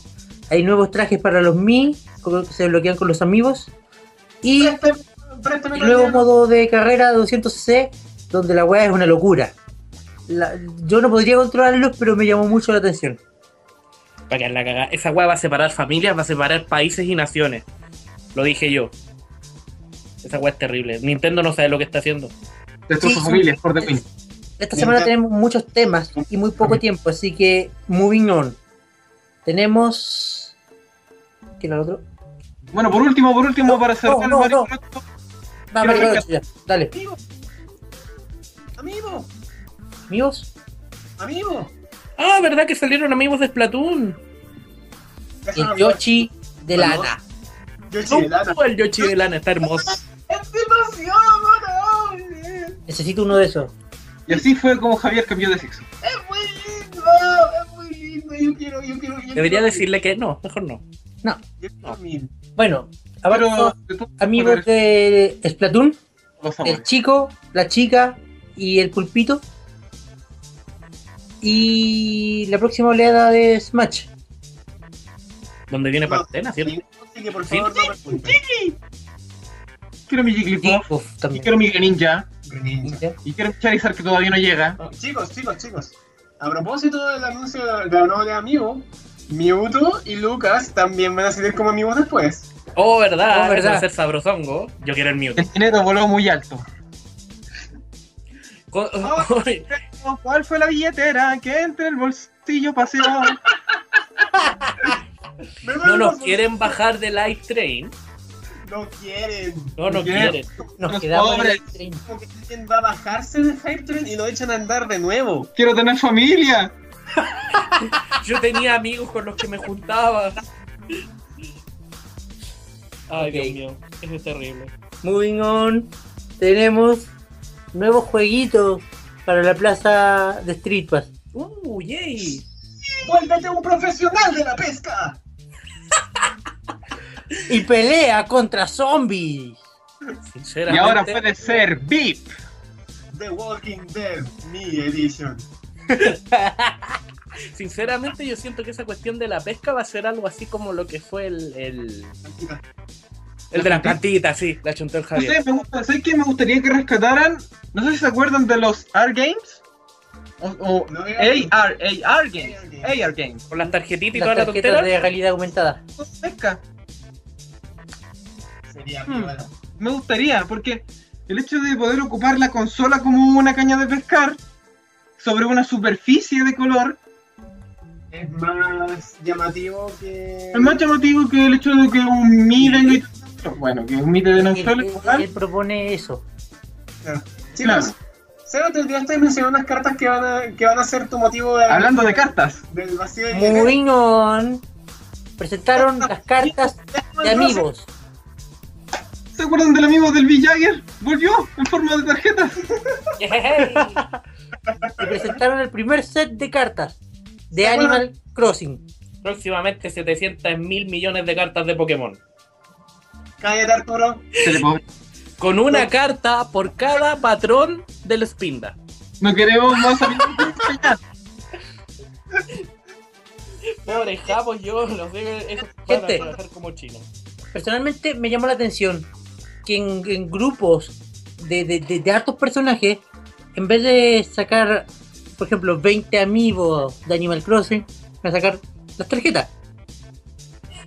Hay nuevos trajes para los Mi, como que se bloquean con los amigos. Y
Préstame- préstame
el
la
nuevo
idea.
modo de carrera de 200cc, donde la weá es una locura. La- yo no podría controlarlos, pero me llamó mucho la atención.
Para que la cagada. Esa weá va a separar familias, va a separar países y naciones. Lo dije yo. Esa weá es terrible. Nintendo no sabe lo que está haciendo.
Destrozo
Sí,
familias, por definición.
Esta
Mientras-
semana tenemos muchos temas y muy poco tiempo, así que moving on. Tenemos. ¿Qué era el otro?
Bueno, por último, por último, para cerrar
no,
Mario
no.
Kart
Va,
Quiero
Mario Kart 8, ya. Dale.
Amigo. Amigo.
Amigos,
Amigo.
Ah, ¿verdad que salieron amigos de
Eso no
Splatoon?
Ah,
el
me gusta.
Yoshi de
Bueno.
lana.
Yo sí,
<laughs>
Lana.
No, el Yoshi de lana está hermoso.
Es demasiado bueno. Es
Necesito uno de esos.
Y así fue como Javier cambió de sexo.
muy lindo. Es muy lindo. Yo quiero, yo quiero. Yo
Debería
quiero-
decirle que no, mejor no.
Yo quiero mi-
Bueno,
Pero
ahora
de todos los
amigos
colores,
de Splatoon,
los
el
sabores.
chico, la chica y el pulpito. Y la próxima oleada de Smash.
Donde viene
No.
Partena, ¿cierto?
Así que por favor, no me culpen.
Quiero mi Jigglypuff,
Uf,
y
también.
quiero mi Greninja,
Greninja.
y quiero mi Charizard que todavía no llega.
Oh, Chicos, chicos, chicos. A propósito del anuncio de la nueva de Amigo, Mewtwo y Lucas también van a salir como amigos después.
Oh, ¿verdad?
Oh, ¿verdad?
Eso va a ser sabrosongo. Yo quiero
<laughs>
el Mewtwo.
El dinero voló muy alto.
Co- <laughs>
Oh. ¿Cuál fue la billetera que entre el bolsillo paseó?
no nos quieren bajar del Light Train.
No quieren.
No nos
Bien.
quieren.
Nos
Los
quedamos en el
pobres.
tren.
Porque alguien va a bajarse del hype train y lo echan a andar de nuevo.
Quiero tener familia.
Yo tenía amigos con los que me juntaba. Ay,
Ok.
Dios mío, eso es terrible.
Moving on, tenemos nuevos jueguitos para la plaza de Street Pass.
Uh, yay.
¡Vuélvete un profesional de la pesca!
Y pelea contra zombies.
Y
Sinceramente.
ahora puede ser VIP.
The Walking Dead, mi edition.
Sinceramente, yo siento que esa cuestión de la pesca va a ser algo así como lo que fue el. El, el de las plantitas, sí, la chuntó el
No
Javier.
sé, me gusta, ¿sabes qué? Me gustaría que rescataran. No sé si se acuerdan de los R Games. O, o
No,
AR, AR Games. AR Games.
Con las tarjetitas y toda
Las
la tontera.
tarjetas de realidad aumentada.
Pesca.
Sería
Hmm.
bueno.
Me gustaría, porque el hecho de poder ocupar la consola como una caña de pescar sobre una superficie de color
Es más llamativo que.
es más llamativo que el hecho de que un Mi venga y- Bueno, que un Mi de
Él,
Venezuela
él-
igual.
él propone eso.
Chicos, pues, Seba, te olvidaste de mencionar unas cartas que van a, que van a ser tu motivo de-
Hablando de cartas.
del vacío de
Moving on, presentaron las cartas de amigos.
¿Se acuerdan del amigo del V. Jagger? Volvió en forma de tarjetas.
<laughs> Yay.
Y presentaron el primer set de cartas de Animal Crossing.
Próximamente 700 mil millones de cartas de Pokémon.
Cállate, Arturo.
Con una carta por cada patrón del Spinda.
No queremos más amigos.
Pobre japos, yo los digo, esos van a
Gente.
trabajar como chinos.
Personalmente me llamó la atención que en, en grupos de, de, de- de hartos personajes, en vez de sacar, por ejemplo, 20 amigos de Animal Crossing, van a sacar las tarjetas.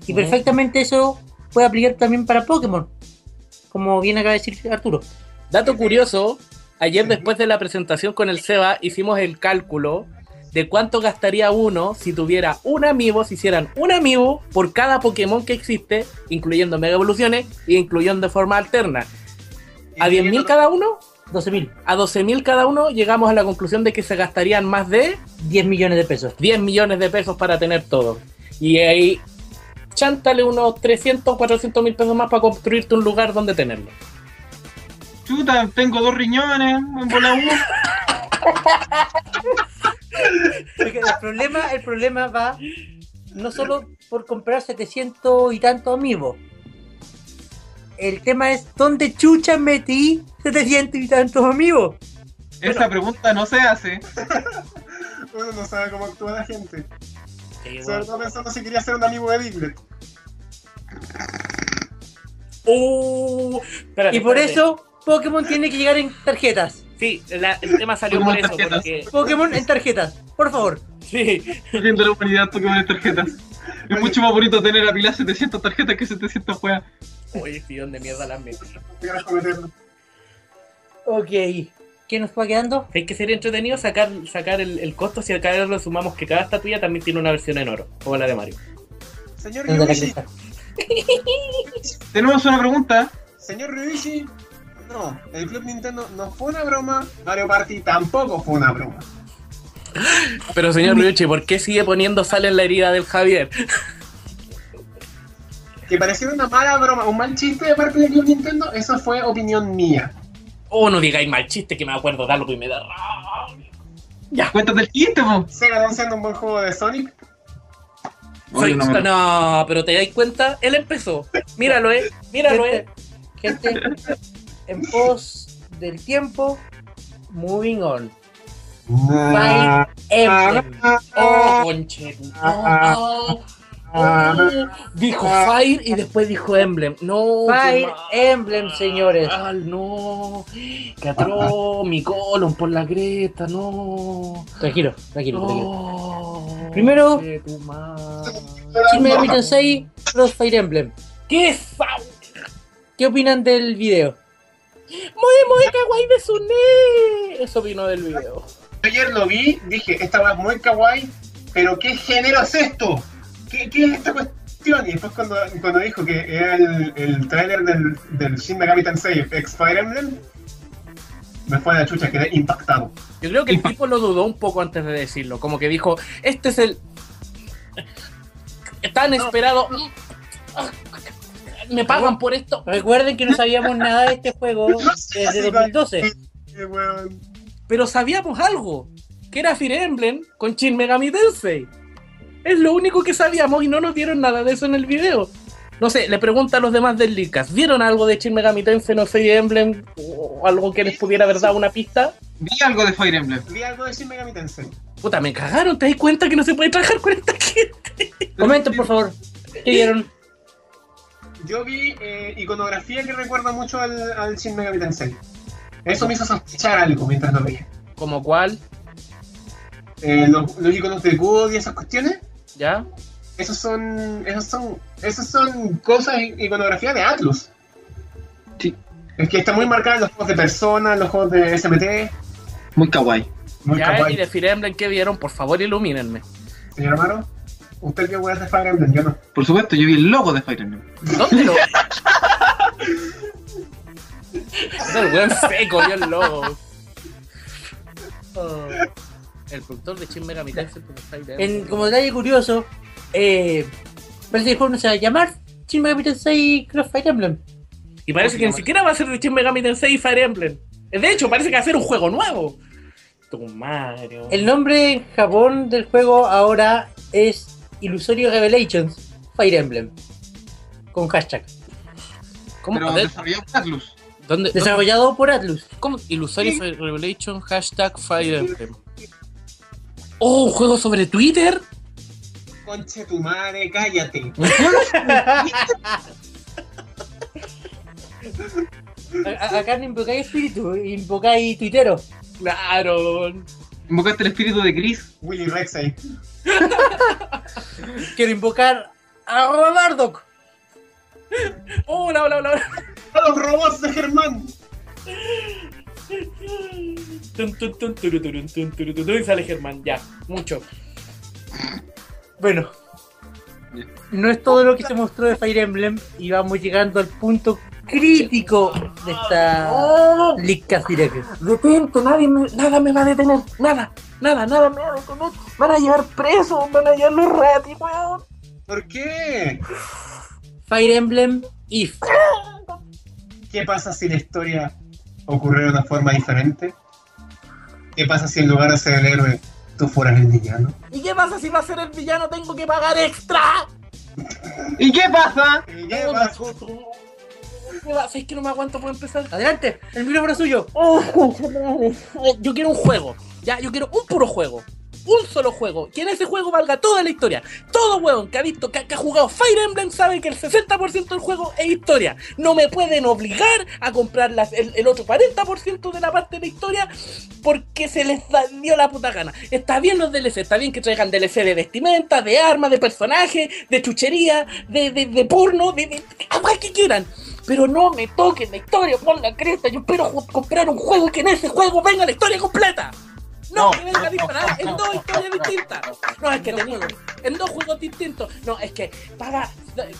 Y
Mm.
perfectamente eso puede aplicar también para Pokémon, como bien acaba de decir Arturo.
Dato curioso, ayer después de la presentación con el Seba hicimos el cálculo de cuánto gastaría uno si tuviera un amiibo, si hicieran un amiibo por cada Pokémon que existe, incluyendo mega evoluciones y incluyendo de forma alterna. ¿A 10.000 cada uno?
12.000.
A 12.000 cada uno llegamos a la conclusión de que se gastarían más de
10 millones de pesos.
10 millones de pesos para tener todo. Y ahí, chántale unos 300, 400 mil pesos más para construirte un lugar donde tenerlo.
Chuta, tengo dos riñones, un volabú.
Porque el problema, el problema va no solo por comprar 700 y tanto amigos. El tema es dónde chucha metí 700 y tantos amigos.
Esa pregunta no se hace.
Uno no sabe cómo actúa la gente. Sobre todo pensando si quería ser un amigo de Diglett.
Uh, espérate,
Y por
espérate.
eso Pokémon tiene que llegar en tarjetas.
Sí, la- el tema salió por
Como
eso,
tarjetas.
porque.
Pokémon en tarjetas, por favor.
<laughs> Sí,
Viendo la humanidad Pokémon en tarjetas. Es mucho más bonito tener a pilar 700 tarjetas que 700 juegas.
Oye, sí, dónde mierda las metí.
Llegar a cometerlo.
Ok. ¿Qué nos va quedando?
Hay que ser entretenido sacar, sacar el, el costo si acá lo sumamos que cada estatuilla también tiene una versión en oro, como la de Mario.
Señor
Desde la
Ryuichi,
cresta.
Tenemos una pregunta.
señor Ryuichi, no, el Club Nintendo no fue una broma, Mario Party tampoco fue una broma.
Pero señor Ryuchi, ¿por qué sigue poniendo sal en la herida del Javier?
Que pareciera una mala broma, un mal chiste de parte del Club Nintendo, eso fue opinión mía.
Oh, no digáis mal chiste que me acuerdo de algo y me da rabia. Ya.
Cuéntate el siguiente, po.
Sega anunciando un buen juego de Sonic,
Soy- no, pero te dais cuenta, él empezó. Míralo, eh. Míralo, eh.
Gente, gente, en pos del tiempo, moving on. Fire Emblem. Ah.
Oh, conche. no. Oh. Dijo Fire y después dijo Emblem. No. qué
Ah. Fire
mal.
Emblem, señores.
Ah, no. Que atroz, mi colon por la creta, no.
Tranquilo, tranquilo, tranquilo.
No.
Primero-
Che, tu madre.
Shin Megami Tensei, los Fire Emblem.
¿Qué es
¿Qué opinan del video?
Moe Moe Kawaii Besune. Eso vino del video.
ayer lo vi, dije, esta weá es muy kawaii, pero ¿qué género es esto? ¿Qué, qué es esta cuestión? Y después cuando, cuando dijo que era el, el trailer del, del Shin Megami Tensei X Fire Emblem, me fue a la chucha, quedé impactado.
Yo creo que el tipo lo dudó un poco antes de decirlo. Como que dijo, este es el tan esperado. Me pagan por esto.
Recuerden que no sabíamos nada de este juego desde 2012.
Eh, weón.
Pero sabíamos algo. Que era Fire Emblem con Shin Megami Tensei. Es lo único que sabíamos y no nos dieron nada de eso en el video. No sé, le pregunta a los demás del Licas, ¿vieron algo de Shin Megami Tensei, no Fire Emblem o algo que les pudiera haber dado una pista?
Vi algo de Fire Emblem.
Vi algo de Shin Megami Tensei.
Puta, me cagaron, ¿te das cuenta que no se puede trabajar con esta gente?
Comenten, por favor. ¿Qué vieron?
Yo vi eh, iconografía que recuerda mucho al, al Shin Megami Tensei. Eso me hizo sospechar algo mientras lo veía.
¿Como cuál?
Eh, los, los iconos de God y esas cuestiones,
¿Ya?
esos son, esos son, esos son cosas, iconografía de Atlus.
Sí.
Es que está muy marcada en los juegos de Persona, en los juegos de SMT.
Muy kawaii.
Muy
ya,
capaz,
y de Fire Emblem, ¿qué vieron? Por favor, ilumínenme.
señor Amaro. Usted vio weas de Fire Emblem, yo no.
Por supuesto, yo vi el logo de Fire Emblem.
¿Dónde lo...? Es el buen seco, vio el logo.
Oh.
El productor de Shin Megami Tensei como Fire Emblem.
En- como detalle curioso, eh, parece que el juego no se va a llamar Shin Megami Tensei Cross Fire Emblem.
Y parece que ni siquiera va a ser de Shin Megami Tensei y Fire Emblem. De hecho, parece que va a ser un juego nuevo. Tu madre.
El nombre en Japón del juego ahora es Illusorio Revelations Fire Emblem. Con hashtag.
¿Cómo?
Pero
A ver,
desarrollado por Atlus.
¿Dónde? dónde-
Desarrollado por Atlus.
¿Cómo? Illusory Fire Revelation, hashtag Fire Emblem. Oh, ¿un juego sobre
<laughs>
Twitter.
Conche tu madre, cállate.
A- a- Acá no invocáis espíritu, invocáis tuitero.
Claro.
Invocaste el espíritu de Gris.
Willy Rexey.
Quiero invocar a arroba Bardock. <laughs>
Hola, hola, hola.
¡A los robots de Germán!
Tun, tun, tun, turu, turun, tun, turu, turu, y sale Germán, ya. Mucho.
Bueno, no es todo lo que se mostró de Fire Emblem y vamos llegando al punto crítico de esta
¡Oh!
Lickas Direct.
Detente, nadie me- nada me va a detener. Nada, nada, nada me va a detener. Van a llevar preso, van a llevar los ratis, weón.
¿Por qué?
Fire Emblem If.
¿Qué pasa si la historia ocurriera de una forma diferente? ¿Qué pasa si en lugar de ser el héroe tú fueras el villano?
¿Y qué pasa si va a ser el villano? Tengo que pagar extra.
¿Y qué pasa?
¿Qué
Oh,
pasa?
¿Qué va? ¿Sabes que no me aguanto por empezar?
Adelante, el micrófono es suyo.
Oh, concha de madre. Oh, yo quiero un juego. Ya, yo quiero un puro juego. Un solo juego. Que en ese juego valga toda la historia. Todo weón que ha visto, que, que ha jugado Fire Emblem sabe que el 60% del juego es historia. No me pueden obligar a comprar las- el, el otro 40% de la parte de la historia porque se les da- dio la puta gana. Está bien los DLC, está bien que traigan DLC de vestimenta, de armas, de personajes, de chuchería, de, de, de porno, de, de, de agua que quieran. Pero no me toquen la historia por la cresta. Yo espero ju- comprar un juego y que en ese juego venga la historia completa. No, que venga disparada en dos historias distintas. No, es que tenéis en dos juegos distintos. No, es que paga.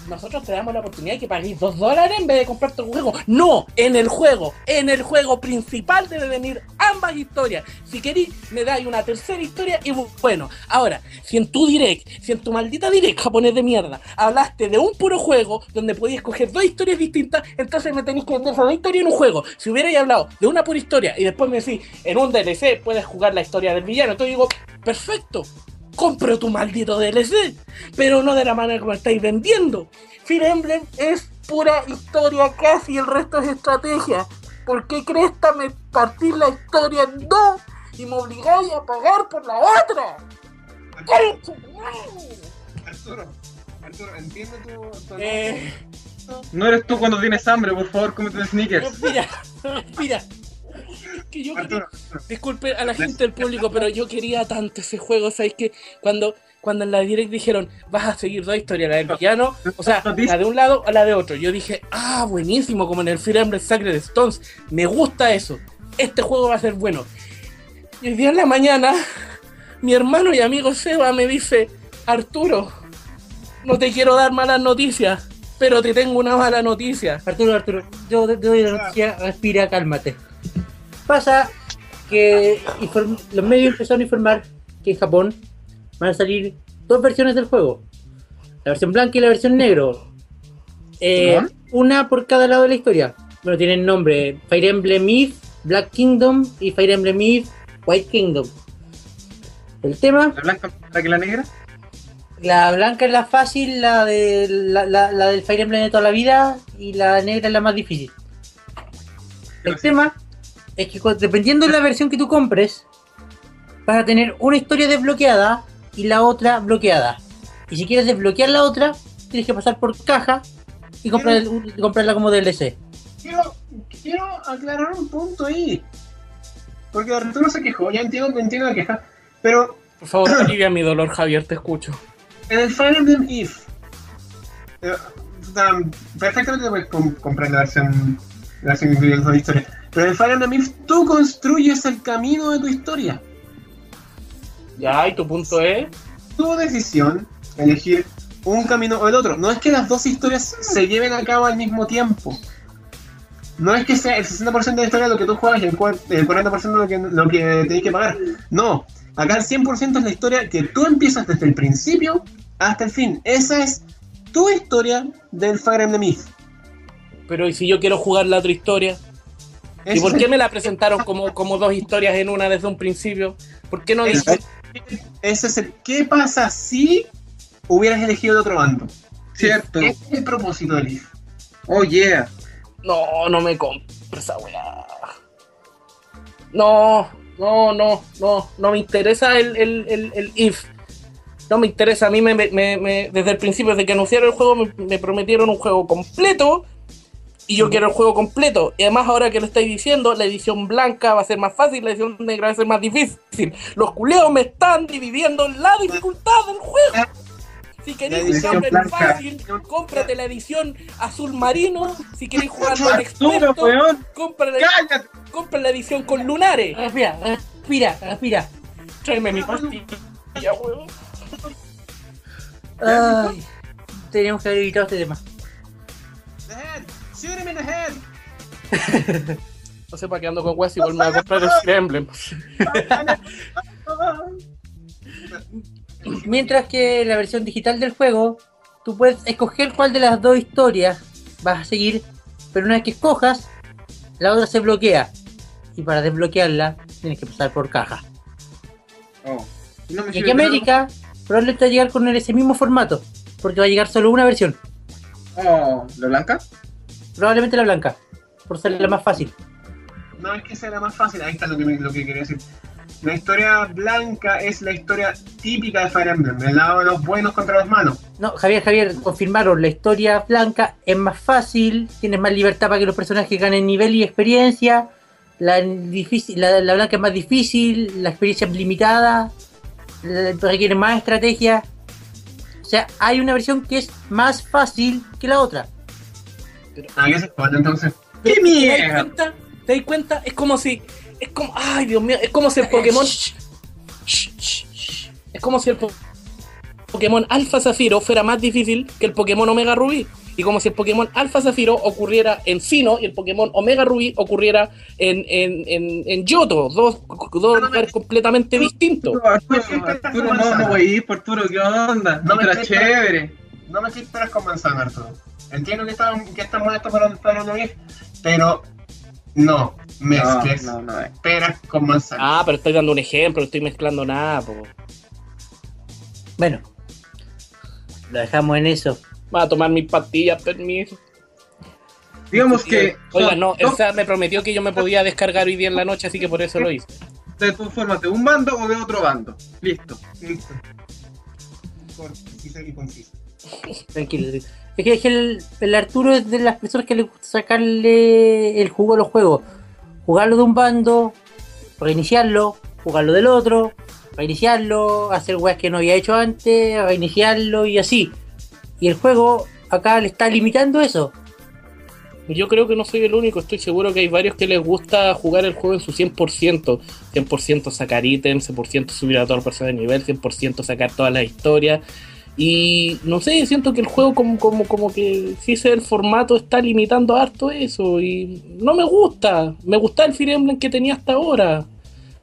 Nosotros te damos la oportunidad de que paguéis dos dólares en vez de comprar tu juego. No, en el juego, en el juego principal debe venir ambas historias. Si queréis, me dais una tercera historia y bu- bueno. Ahora, si en tu direct, si en tu maldita direct japonés de mierda, hablaste de un puro juego donde podías escoger dos historias distintas, entonces me tenéis que vender esa historia en un juego. Si hubierais hablado de una pura historia y después me decís, en un DLC puedes jugar la historia del villano, entonces digo, perfecto, compro tu maldito DLC, pero no de la manera como estáis vendiendo. Fire Emblem es pura historia casi, el resto es estrategia. ¿Por qué cresta me partís la historia en dos y me obligáis a pagar por la otra? ¡Concha de madre!
Arturo, Arturo, entiendo tu... tu
Eh,
No eres tú cuando tienes hambre, por favor, cómete sneakers.
mira, <laughs> mira. Es que yo
Arturo, Arturo,
Disculpe a la gente del público, pero yo quería tanto ese juego, ¿sabéis que Cuando, cuando en la direct dijeron, vas a seguir dos historias, la del villano, o sea, la de un lado a la de otro, yo dije, ah, buenísimo, como en el Fire Emblem Sacred Stones, me gusta eso, este juego va a ser bueno. Y el día en la mañana, mi hermano y amigo Seba me dice, Arturo, no te quiero dar malas noticias, pero te tengo una mala noticia.
Arturo, Arturo, yo te te doy la noticia, respira, cálmate. Pasa que inform- los medios empezaron a informar que en Japón van a salir dos versiones del juego. La versión blanca y la versión negro. Eh,
¿Ah?
Una por cada lado de la historia. Bueno, tienen nombre. Fire Emblem Eve, Black Kingdom y Fire Emblem Eve, White Kingdom. El tema,
¿La blanca para que la negra?
la blanca es la fácil, la, de, la, la- la del Fire Emblem de toda la vida y la negra es la más difícil. El
gracias.
tema es que cu- dependiendo de la versión que tú compres, vas a tener una historia desbloqueada y la otra bloqueada. Y si quieres desbloquear la otra, tienes que pasar por caja y comprar el- un- comprarla como DLC.
Quiero, quiero aclarar un punto ahí. Porque Arturo se quejó, ya entiendo, entiendo la queja. Pero
Por favor, alivia mi dolor, Javier, te escucho.
En el Fire Emblem If. eh, um, perfectamente puedes com- comprar la versión, la versión individual de la historia. Pero en el Fire Emblem If tú construyes el camino de tu historia.
Ya, ¿y tu punto es?
Tu decisión elegir un camino o el otro. No es que las dos historias se lleven a cabo al mismo tiempo. No es que sea el 60% de la historia lo que tú juegas y el cuar- el 40% lo que, lo que tenés que pagar. No, acá el 100% es la historia que tú empiezas desde el principio hasta el fin. Esa es tu historia del Fire Emblem If.
Pero ¿y si yo quiero jugar la otra historia? ¿Y
Ese
por
es
qué
el-
me la presentaron como, como dos historias en una desde un principio? ¿Por qué no
ese-
dije,
ese es el ¿Qué pasa si hubieras elegido el otro bando?
Cierto.
Ese es el propósito del If.
Oh yeah.
no, no me compro esa weá? No, no, no, no, no me interesa el, el, el, el if. No me interesa, a mí me, me- me- me- desde el principio, desde que anunciaron el juego, me, me prometieron un juego completo y
Mm.
yo quiero el juego completo. Y además, ahora que lo estáis diciendo, la edición blanca va a ser más fácil, la edición negra va a ser más difícil. Los culeos me están dividiendo en la dificultad del juego. Si queréis
La edición
jugarlo en
blanca.
fácil, cómprate la edición azul marino. Si queréis jugarlo en
¡Arturo,
experto,
weón!
compra la,
¡Cállate!
compra la edición con lunares.
Respira, respira, respira.
Tráeme mi pastilla, weón.
Ay, teníamos que haber evitado este tema.
Dejen,
Shoot him in the head.
No sé para qué ando con Wes, igual me voy a comprar el Scrambler.
Mientras que en la versión digital del juego, tú puedes escoger cuál de las dos historias vas a seguir, pero una vez que escojas, la otra se bloquea. Y para desbloquearla, tienes que pasar por caja.
Oh. Y no me
Y
sirve
aquí América probablemente va a llegar con ese mismo formato, porque va a llegar solo una versión,
nada. Oh, ¿la blanca?
probablemente la blanca, por ser la más fácil.
No es que sea la más fácil, ahí está lo que, me- lo que quería decir. La historia blanca es la historia típica de Fire Emblem, del lado de los buenos contra los malos.
No, Javier, Javier, confirmaron, la historia blanca es más fácil, tienes más libertad para que los personajes ganen nivel y experiencia, la, difícil, la, la blanca es más difícil, la experiencia es limitada, la- requiere más estrategia. O sea, hay una versión que es más fácil que la otra.
Ah, ¿qué se esconde entonces?
¡Qué
¿Te das
mierda!
cuenta? ¿Te das cuenta? Es como si. Es como. Ay, Dios mío. Es como si el Pokémon. Shh, shh, shh. Es como si el po- Pokémon Alfa Zafiro fuera más difícil que el Pokémon Omega Rubí. Y como si el Pokémon Alfa Zafiro ocurriera en Sino y el Pokémon Omega Rubí ocurriera en, en, en, en Yoto. Dos, dos lugares completamente distintos.
Arturo, Arturo, no, no, güey, por Arturo, ¿qué onda?
No
No
me estoy-
chévere.
No me esperas con manzana, Arturo. Entiendo que están, que están molestos para, para no ir, pero no
No,
mezcles
no, no, eh.
peras con manzana.
Ah, pero estoy dando un ejemplo, no estoy mezclando nada. po.
Bueno, lo dejamos en eso.
Va a tomar mis pastillas, permiso.
Digamos que.
Oiga, no,
son dos
Elsa me prometió que yo me podía descargar hoy día en la noche, así que por eso lo hice.
de tu forma, de un bando o de otro bando. Listo.
Listo. Conciso y conciso.
Tranquilo. tranquilo. Es que, es que el, el Arturo es de las personas que le gusta sacarle el jugo a los juegos. Jugarlo de un bando, reiniciarlo, jugarlo del otro, reiniciarlo, hacer weas que no había hecho antes, reiniciarlo y así. Y el juego acá le está limitando eso.
Yo creo que no soy el único, estoy seguro que hay varios que les gusta jugar el juego en su 100%. 100% sacar ítems, 100% subir a toda la persona de nivel, 100% sacar todas las historias. Y no sé, siento que el juego como, como, como que si ese es el formato está limitando harto eso y no me gusta. Me gusta el Fire Emblem que tenía hasta ahora,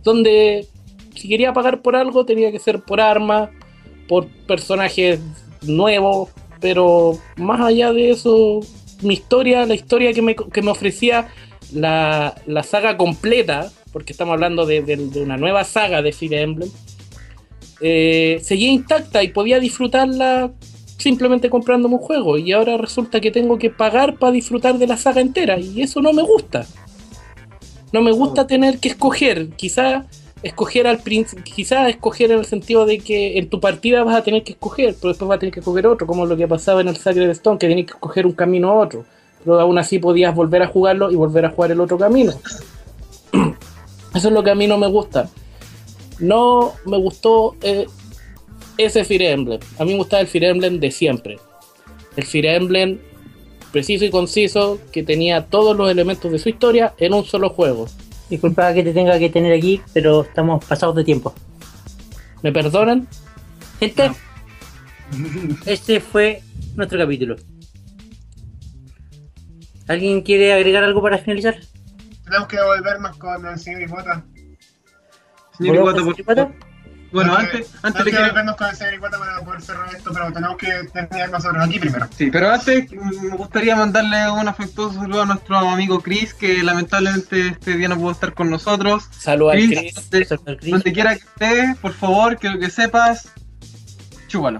donde si quería pagar por algo tenía que ser por armas, por personajes nuevos, pero más allá de eso mi historia, la historia que me, que me ofrecía la, la saga completa, porque estamos hablando de, de- de una nueva saga de Fire Emblem, eh, seguía intacta y podía disfrutarla simplemente comprándome un juego. Y ahora resulta que tengo que pagar para disfrutar de la saga entera, y eso no me gusta. No me gusta tener que escoger, quizá escoger al principio, quizá escoger en el sentido de que en tu partida vas a tener que escoger, pero después vas a tener que escoger otro, como lo que pasaba en el Sacred Stone, que tenías que escoger un camino a otro, pero aún así podías volver a jugarlo y volver a jugar el otro camino. <clears throat> Eso es lo que a mí no me gusta. No me gustó eh, ese Fire Emblem. A mí me gustaba el Fire Emblem de siempre. El Fire Emblem preciso y conciso que tenía todos los elementos de su historia en un solo juego.
Disculpa que te tenga que tener aquí, pero estamos pasados de tiempo.
¿Me perdonan?
Gente, <laughs> este fue nuestro capítulo. ¿Alguien quiere agregar algo para finalizar?
Tenemos que volvernos con el señor Iguata.
Señor Iguata, por
¿Volvemos,
Bueno,
Tenemos
antes,
que-
antes le
tenemos que
quiero.
volvernos con el señor Iguata para poder cerrar esto, pero tenemos que terminar nosotros aquí primero.
Sí, pero antes mm, me gustaría mandarle un afectuoso saludo a nuestro amigo Chris, que lamentablemente este día no pudo estar con nosotros.
Saludos al
Chris,
Chris.
donde- donde quiera que estés, por favor, quiero que sepas, chúbalo.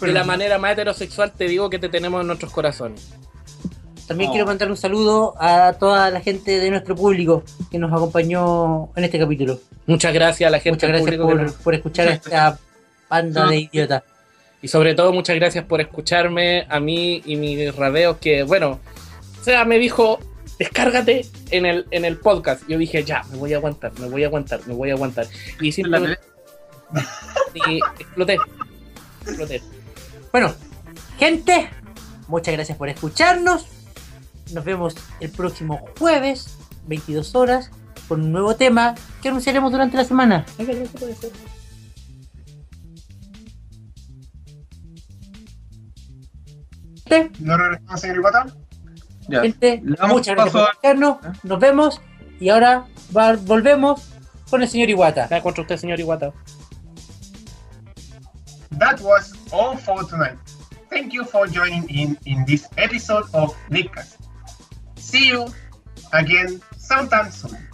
De la manera más heterosexual te digo que te tenemos en nuestros corazones.
También
Oh.
quiero mandar un saludo a toda la gente de nuestro público que nos acompañó en este capítulo.
Muchas gracias a la gente
Muchas
del
gracias
público que
por,
nos-
por escuchar a esta banda de idiotas.
Y sobre todo muchas gracias por escucharme a mí y mis radeos que, bueno, o sea, me dijo, descárgate en el, en el podcast. Yo dije, ya, me voy a aguantar, me voy a aguantar, me voy a aguantar. Y simplemente y exploté. Exploté.
Bueno, gente, muchas gracias por escucharnos. Nos vemos el próximo jueves, 22 horas, con un nuevo tema que anunciaremos durante la semana. Gente,
¿No regresamos, señor Iwata?
Ya.
gente,
Le damos
muchas gracias
paso
por
a- ¿Ah?
escucharnos. Nos vemos y ahora va- volvemos con el señor Iwata.
Está contra usted, señor Iguata.
That was all for tonight. Thank you for joining in in this episode of Leakcast. See you again sometime soon.